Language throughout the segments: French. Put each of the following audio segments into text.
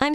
I'm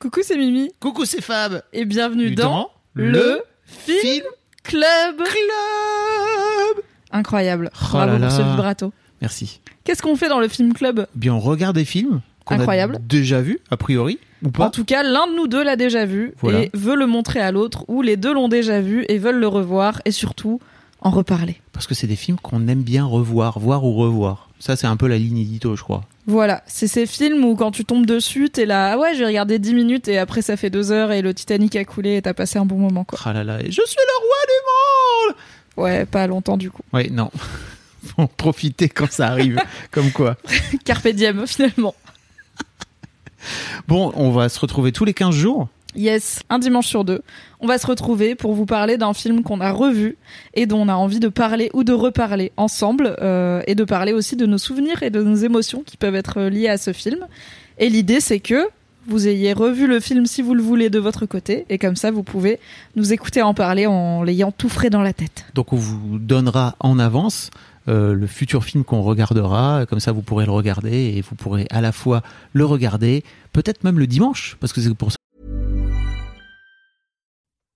Coucou, c'est Mimi Coucou, c'est Fab. et bienvenue dans, le, le Film, Club. club. Incroyable. Oh Bravo là pour là. ce vibrato. Merci. Eh Qu'est-ce qu'on fait dans le Film Club Bien, on regarde des films qu'on Incroyable. a déjà vus, a priori, ou En pas tout cas, l'un de nous deux l'a déjà vu Voilà. et veut le montrer à l'autre, ou les deux l'ont déjà vu et veulent le revoir et surtout en reparler. Parce que c'est des films qu'on aime bien revoir, voir ou revoir. Ça, c'est un peu la ligne édito, je crois. Voilà, c'est ces films où quand tu tombes dessus, t'es là, ah ouais, j'ai regardé 10 minutes et après ça fait 2 heures et le Titanic a coulé et t'as passé un bon moment quoi. Ah là là, et je suis le roi du monde Ouais, pas longtemps du coup. Ouais, non. Faut en profiter quand ça arrive, comme quoi. Carpe diem finalement. Bon, on va se retrouver tous les 15 jours. Yes, un dimanche sur deux, on va se retrouver pour vous parler d'un film qu'on a revu et dont on a envie de parler ou de reparler ensemble euh, et de parler aussi de nos souvenirs et de nos émotions qui peuvent être liées à ce film. Et l'idée c'est que vous ayez revu le film si vous le voulez de votre côté et comme ça vous pouvez nous écouter en parler en l'ayant tout frais dans la tête. Donc on vous donnera en avance euh, le futur film qu'on regardera, comme ça vous pourrez le regarder et vous pourrez à la fois le regarder, peut-être même le dimanche, parce que c'est pour ça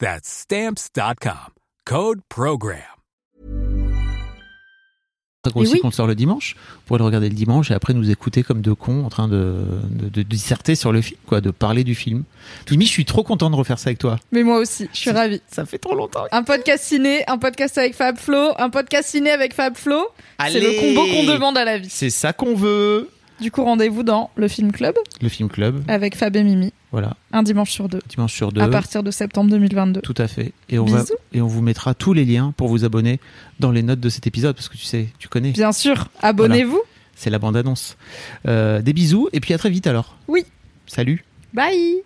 That's stamps.com. Code program. qu'on Et aussi oui. qu'on le sort le dimanche. Vous pourrez le regarder le dimanche et après nous écouter comme deux cons en train de, de, de disserter sur le film, quoi, de parler du film. Mimi, je suis trop content de refaire ça avec toi. Mais moi aussi, je suis ravie. Ça fait trop longtemps. Un podcast ciné, un podcast avec Fab Flo, un podcast ciné avec Fab Flo. C'est le combo qu'on demande à la vie. C'est ça qu'on veut. Du coup, rendez-vous dans le Film Club Le film club, avec Fab et Mimi, voilà, un dimanche sur deux, dimanche sur deux. à partir de septembre 2022. Tout à fait. Et on, va, Bisous. et on vous mettra tous les liens pour vous abonner dans les notes de cet épisode, parce que tu sais, tu connais, Bien sûr, abonnez-vous. c'est la bande-annonce. Euh, des bisous, et puis à très vite alors. Oui. Salut. Bye